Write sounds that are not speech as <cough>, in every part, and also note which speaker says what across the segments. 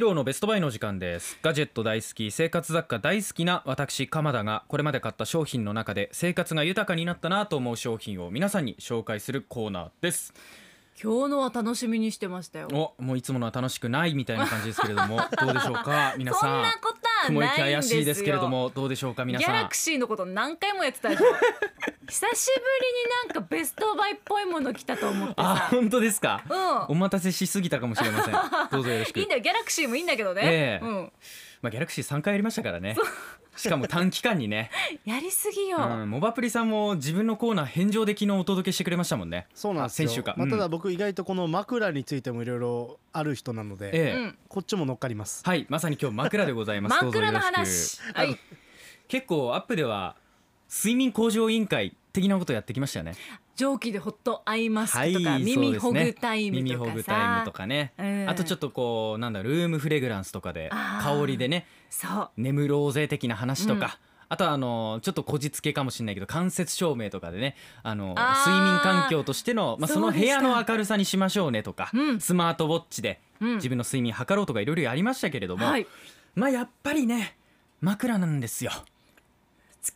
Speaker 1: 曜のベストバイの時間ですガジェット大好き生活雑貨大好きな私鎌田がこれまで買った商品の中で生活が豊かになったなと思う商品を皆さんに紹介するコーナーです
Speaker 2: 今日のは楽しみにしてましたよ
Speaker 1: おもういつものは楽しくないみたいな感じですけれど
Speaker 2: <laughs>
Speaker 1: もどうでしょうか皆
Speaker 2: そ
Speaker 1: さ
Speaker 2: ん
Speaker 1: ん
Speaker 2: なことは
Speaker 1: 雲行
Speaker 2: な
Speaker 1: き
Speaker 2: いん
Speaker 1: 怪
Speaker 2: ですよ
Speaker 1: しいですけれどもどうでしょうか
Speaker 2: ギ
Speaker 1: 皆
Speaker 2: ャ
Speaker 1: さん
Speaker 2: ラクシーのこと何回もやってた
Speaker 1: <laughs>
Speaker 2: でしょ久しぶりになんかベストバイっぽいもの来たと思って
Speaker 1: あ
Speaker 2: さ
Speaker 1: 本当ですか、
Speaker 2: う
Speaker 1: お待たせしすぎたかもしれ
Speaker 2: <laughs>
Speaker 1: ませんどうぞよろしく
Speaker 2: んいいんだよギャラクシーもいいんだけどね、
Speaker 1: ええ
Speaker 2: うん、
Speaker 1: まあ、ギャラクシー3回やりましたからねしかも短期間にね、
Speaker 2: やりすぎよ、
Speaker 1: うん、モバプリさんも自分のコーナー返上で昨日お届けしてくれましたもんね
Speaker 3: そうなんですよ
Speaker 1: あ先週か
Speaker 3: ま
Speaker 1: う
Speaker 3: あ、
Speaker 1: ん
Speaker 3: ただ僕意外とこの枕についてもいろいろある人なので、
Speaker 1: ええ、
Speaker 2: うん
Speaker 3: こっちも乗っかります
Speaker 1: はいまさに今日枕でございますどうぞ
Speaker 2: <laughs> 枕
Speaker 1: よ
Speaker 2: の
Speaker 1: ろしく
Speaker 2: 話はい
Speaker 1: 結構アップでは睡眠向上委員会的なことやってきましたよね
Speaker 2: 蒸気でホットアイマス
Speaker 1: はい
Speaker 2: クとか、
Speaker 1: そう
Speaker 2: 耳
Speaker 1: です
Speaker 2: ほ
Speaker 1: ね
Speaker 2: ぐタイム
Speaker 1: 耳
Speaker 2: と
Speaker 1: ほぐ
Speaker 2: か
Speaker 1: タイム
Speaker 2: さ
Speaker 1: とかね、
Speaker 2: うん
Speaker 1: あとちょっとこうなんだルームフレグランスとかで
Speaker 2: あー
Speaker 1: 香りでね
Speaker 2: そう
Speaker 1: 眠ろうぜ的な話とか、
Speaker 2: うん
Speaker 1: あとはあのちょっとこじつけかもしれないけど間接照明とかでねあの
Speaker 2: あー
Speaker 1: 睡眠環境としての、まあ、そ
Speaker 2: そ
Speaker 1: の
Speaker 2: うで
Speaker 1: 部
Speaker 2: した
Speaker 1: 屋の明るさにしましょうねとか、
Speaker 2: うん
Speaker 1: スマートウォッチで
Speaker 2: うん
Speaker 1: 自分の睡眠測ろうとかいろいろやりましたけれども、
Speaker 2: はい
Speaker 1: まあやっぱりね枕なんですよ、
Speaker 2: 突き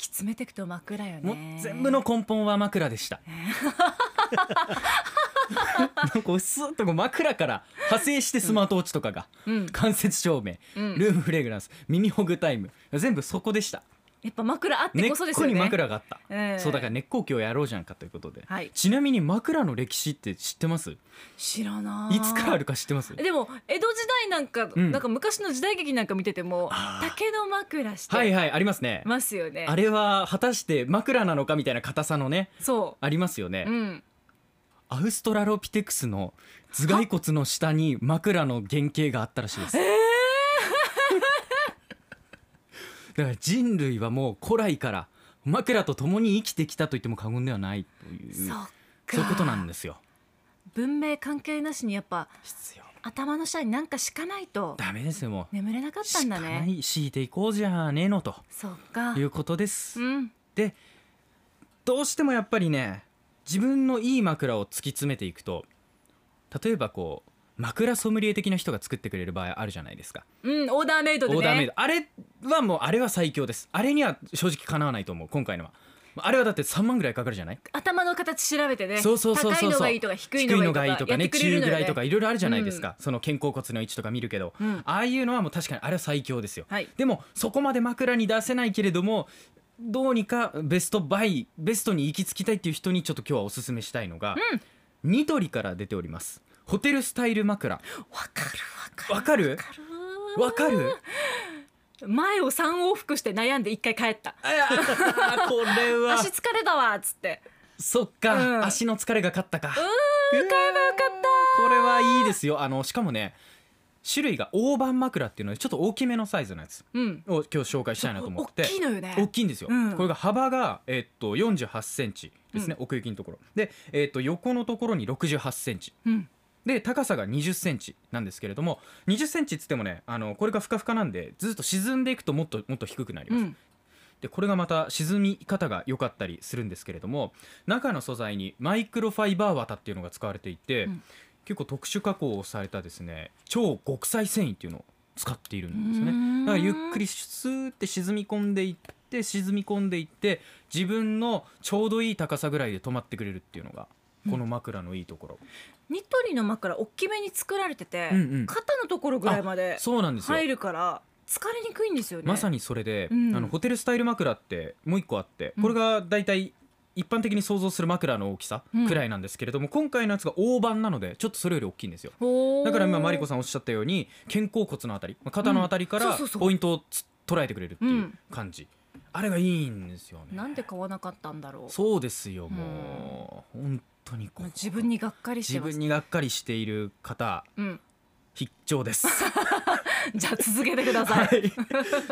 Speaker 2: 詰めていくと枕よね
Speaker 1: もう全部の根本は枕でした
Speaker 2: <laughs>
Speaker 1: なんかスッとこう枕から派生してスマートウォッチとかが、
Speaker 2: うん
Speaker 1: 間接照明、
Speaker 2: うん
Speaker 1: ルームフレグランス耳ほぐタイム全部そこでした
Speaker 2: やっぱ枕あって
Speaker 1: 根っ
Speaker 2: こそです
Speaker 1: こ
Speaker 2: よね
Speaker 1: に枕があった、
Speaker 2: ええ
Speaker 1: そうだから根っこを今日やろうじゃんかということで、
Speaker 2: はい
Speaker 1: ちなみに枕の歴史って知ってますい
Speaker 2: 知らない
Speaker 1: つからあるか知ってます
Speaker 2: でも江戸時代なんか、
Speaker 1: うん
Speaker 2: なんか昔の時代劇なんか見てても竹の枕し
Speaker 1: はい
Speaker 2: て
Speaker 1: はいありますね、
Speaker 2: ますよね、
Speaker 1: あれは果たして枕なのかみたいな硬さのね
Speaker 2: そ
Speaker 1: ありますよね、
Speaker 2: ううん
Speaker 1: アウストラロピテクスの頭蓋骨の下に枕の原型があったらしいです、だから人類はもう古来から枕と共に生きてきたと言っても過言ではないという
Speaker 2: そっか
Speaker 1: そういうことなんですよ
Speaker 2: 文明関係なしにやっぱ
Speaker 1: 必要
Speaker 2: 頭の下になんか敷かないと
Speaker 1: ダメですよもう
Speaker 2: 眠れなかったんだ
Speaker 1: 敷かな
Speaker 2: ね
Speaker 1: い敷いていこうじゃねえのと
Speaker 2: そっか
Speaker 1: いうことです、
Speaker 2: うん
Speaker 1: でどうしてもやっぱりね自分のいい枕を突き詰めていくと例えばこう枕ソムリエ的な人が作ってくれる場合あるじゃないですか、
Speaker 2: うんオーダーメイドでね
Speaker 1: オーダーメイドあれはもうあれは最強ですあれには正直かなわないと思う今回のはあれはだって3万ぐらいかかるじゃない
Speaker 2: 頭の形調べてね
Speaker 1: そうそうそうそうそう
Speaker 2: 高いのがいいとか低い
Speaker 1: 低いの
Speaker 2: の
Speaker 1: が
Speaker 2: が
Speaker 1: い
Speaker 2: い
Speaker 1: い
Speaker 2: い
Speaker 1: とか
Speaker 2: とかやっ
Speaker 1: ね
Speaker 2: てくれる
Speaker 1: 中ぐ
Speaker 2: のよ
Speaker 1: ら
Speaker 2: ね
Speaker 1: いとかいろいろあるじゃないですか、その肩甲骨の位置とか見るけど、
Speaker 2: うん
Speaker 1: ああいうのはもう確かにあれは最強ですよ、
Speaker 2: はい
Speaker 1: でもそこまで枕に出せないけれどもどうにかベストバイベストに行き着きたいっていう人にちょっと今日はおすすめしたいのが、ニトリから出ておりますホテルスタイル枕
Speaker 2: わかるわ
Speaker 1: わ
Speaker 2: か
Speaker 1: か
Speaker 2: る
Speaker 1: るわかる <laughs>
Speaker 2: 前を3往復して悩んで一回帰った
Speaker 1: あいやこれは
Speaker 2: 足疲れたわっつって
Speaker 1: そっか、
Speaker 2: うん
Speaker 1: 足の疲れが勝ったかう
Speaker 2: 買えばよかった
Speaker 1: これはいいですよあのしかもね種類が大判枕っていうのでちょっと大きめのサイズのやつ
Speaker 2: うん
Speaker 1: を今日紹介したいなと思って
Speaker 2: 大きいのよね
Speaker 1: 大きいんですよ、
Speaker 2: うん
Speaker 1: これが幅が、えっと48センチですね、奥行きのところで、えっと横のところに68センチ
Speaker 2: うん
Speaker 1: で高さが20センチなんですけれども20センチっつってもねあのこれがふかふかなんでずっと沈んでいくともっともっと低くなり
Speaker 2: う
Speaker 1: ます、
Speaker 2: ん
Speaker 1: でこれがまた沈み方が良かったりするんですけれども中の素材にマイクロファイバー綿っていうのが使われていて、
Speaker 2: うん
Speaker 1: 結構特殊加工をされたですね超極細繊維っていうのを使っているんですよ
Speaker 2: う
Speaker 1: ね
Speaker 2: ーん
Speaker 1: だからゆっくりスーって沈み込んでいって沈み込んでいって自分のちょうどいい高さぐらいで止まってくれるっていうのがこの枕のいいところ、
Speaker 2: ニトリの枕大きめに作られてて、
Speaker 1: うんうん
Speaker 2: 肩のところぐらいまで
Speaker 1: そうなんですよ
Speaker 2: 入るから疲れにくいんですよね
Speaker 1: まさ
Speaker 2: に
Speaker 1: にそれで、
Speaker 2: うん
Speaker 1: あのホテルスタイル枕ってもう一個あって
Speaker 2: うん
Speaker 1: これが大体一般的に想像する枕の大きさ
Speaker 2: うん
Speaker 1: くらいなんですけれども、今回のやつが大判なのでちょっとそれより大きいんですよだから今マリコさんおっしゃったように肩甲骨のあたりまあ肩のあたりか
Speaker 2: うん
Speaker 1: ら
Speaker 2: そうそうそう
Speaker 1: ポイントをつ捉えてくれるって
Speaker 2: う
Speaker 1: いうん感じ、あれがいいんですよね
Speaker 2: なんで買わなかったんだろう
Speaker 1: そうですよもう、本当にこ
Speaker 2: ま
Speaker 1: う
Speaker 2: あ自分にがっかりして
Speaker 1: 自
Speaker 2: ます
Speaker 1: 分にがっかりしている方
Speaker 2: うん、
Speaker 1: 必聴です
Speaker 2: じゃあ続けてください、
Speaker 1: は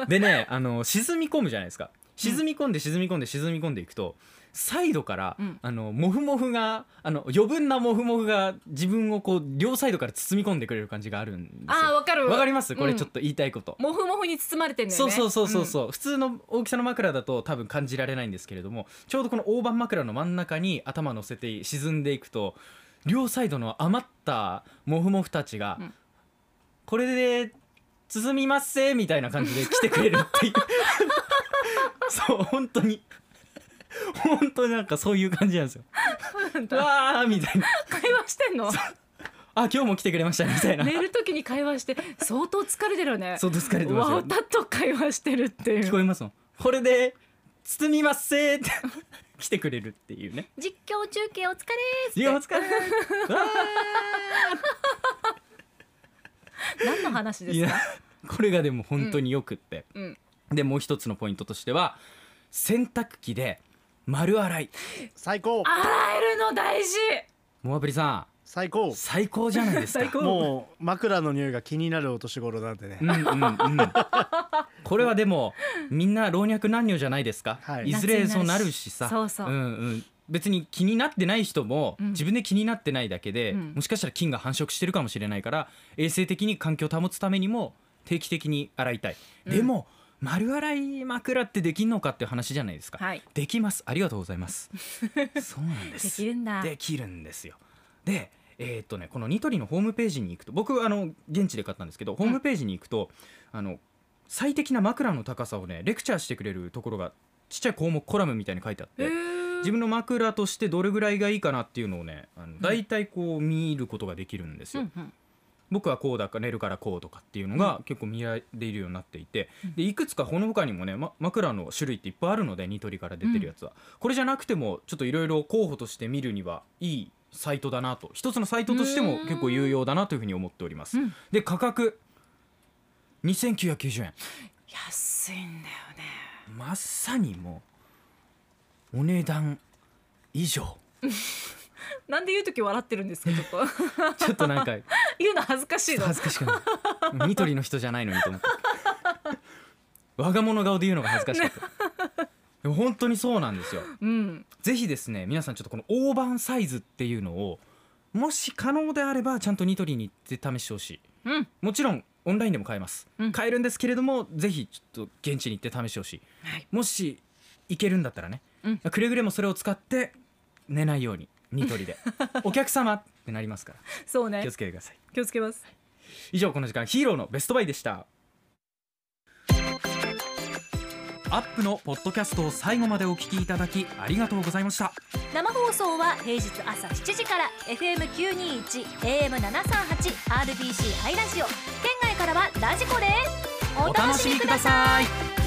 Speaker 1: い、でねあの沈み込むじゃないですか沈み込んで沈み込んで沈み込んでいくとサイドから、
Speaker 2: うん
Speaker 1: あのモフモフがあの余分なモフモフが自分をこう両サイドから包み込んでくれる感じがあるんです
Speaker 2: ああ
Speaker 1: よ
Speaker 2: わかる
Speaker 1: わかりますこれちょっ
Speaker 2: と、
Speaker 1: と言いたいこと、
Speaker 2: うん、モフモフに包まれてんだよ
Speaker 1: そ
Speaker 2: ね
Speaker 1: うそうそうそうそう、普通の大きさの枕だと多分感じられないんですけれどもちょうどこの大判枕の真ん中に頭乗せて沈んでいくと両サイドの余ったモフモフたちが、
Speaker 2: うん
Speaker 1: これで進みますせ」みたいな感じで来てくれるって
Speaker 2: <laughs>
Speaker 1: いうそう本当に本当になんかそういう感じなんですよ
Speaker 2: そうなんだ
Speaker 1: わーみたいな
Speaker 2: 会話してんの
Speaker 1: あ今日も来てくれましたみたいな
Speaker 2: 寝る時に会話して相当疲れてるよね
Speaker 1: そう疲れてま
Speaker 2: わ
Speaker 1: す
Speaker 2: お
Speaker 1: よ
Speaker 2: たと会話してるってい
Speaker 1: 聞こ
Speaker 2: う
Speaker 1: えますもんこれで「包みますせ」って来てくれるっていうね
Speaker 2: 実況中継お疲れ
Speaker 1: 「いやお疲れわ
Speaker 2: 何の話
Speaker 1: ー
Speaker 2: で
Speaker 1: い
Speaker 2: す
Speaker 1: や
Speaker 2: か
Speaker 1: これがでも本当によくって、
Speaker 2: うん
Speaker 1: でもう一つのポイントとしては洗濯機で丸洗い
Speaker 3: 最高
Speaker 2: 洗えるの大事
Speaker 1: モアプリさ
Speaker 3: 最高
Speaker 1: ん最高じゃないですか
Speaker 2: 最高
Speaker 3: もう枕の匂いが気になるお年頃なんでね
Speaker 1: うんうんうん、これはでもみんな老若男女じゃないですか、
Speaker 3: はい
Speaker 1: い、ずれそうなるしさ
Speaker 2: そうそうん
Speaker 1: うん、別に気になってない人も、
Speaker 2: うん
Speaker 1: 自分で気になってないだけで、
Speaker 2: うん
Speaker 1: もしかしたら菌が繁殖してるかもしれないから衛生的に環境を保つためにも定期的に洗いたい、
Speaker 2: うん
Speaker 1: でも丸洗い枕ってできんのかっていう話じゃないですか、
Speaker 2: はい
Speaker 1: できますありがとうございますそうなんで
Speaker 2: ですきるんだ
Speaker 1: できるんですよでえーっとねこのニトリのホームページに行くと僕あの現地で買ったんですけどホームページに行くと、あの最適な枕の高さをねレクチャーしてくれるところがちっちゃい項目コラムみたいに書いてあって、
Speaker 2: へー
Speaker 1: 自分の枕としてどれぐらいがいいかなっていうのをねあの大体こう見ることができるんですよ、
Speaker 2: うんうん
Speaker 1: 僕はこうだから寝るからこうとかっていうのが結構見られるようになっていて、でいくつかこの他にもね、ま、枕の種類っていっぱいあるのでニトリから出てるやつは、これじゃなくてもちょっといろいろ候補として見るにはいいサイトだなと一つのサイトとしても結構有用だなというふうに思っております、
Speaker 2: うん
Speaker 1: で価格2990円
Speaker 2: 安いんだよね
Speaker 1: まさにもうお値段以上
Speaker 2: なんで言う時笑ってるんですかちょっと
Speaker 1: ちょっとなんか
Speaker 2: <laughs> 言うの恥ずかしいの
Speaker 1: 恥ずかしくないニトリの人じゃないのにと思って
Speaker 2: <laughs>
Speaker 1: 我が物顔で言うのが恥ずかしかった、でも本当にそうなんですよ
Speaker 2: うん
Speaker 1: ぜひですね皆さんちょっとこの大判サイズっていうのをもし可能であればちゃんとニトリに行って試してほしい
Speaker 2: うん
Speaker 1: もちろんオンラインでも買えます、
Speaker 2: うん
Speaker 1: 買えるんですけれどもぜひちょっと現地に行って試してほしい
Speaker 2: はい
Speaker 1: もし行けるんだったらね、
Speaker 2: うん
Speaker 1: くれぐれもそれを使って寝ないようにニトリでお客様ってなりますか
Speaker 2: <laughs> そう
Speaker 1: ら
Speaker 2: ね
Speaker 1: 気をつけてください
Speaker 2: 気をつけます
Speaker 1: 以上この時間ヒーローのベストバイでしたアップのポッドキャストを最後までお聞きいただきありがとうございました
Speaker 4: 生放送は平日朝7時から FM921 AM738 RBC ハイラジオ県外からはラジコですお楽しみください
Speaker 1: さい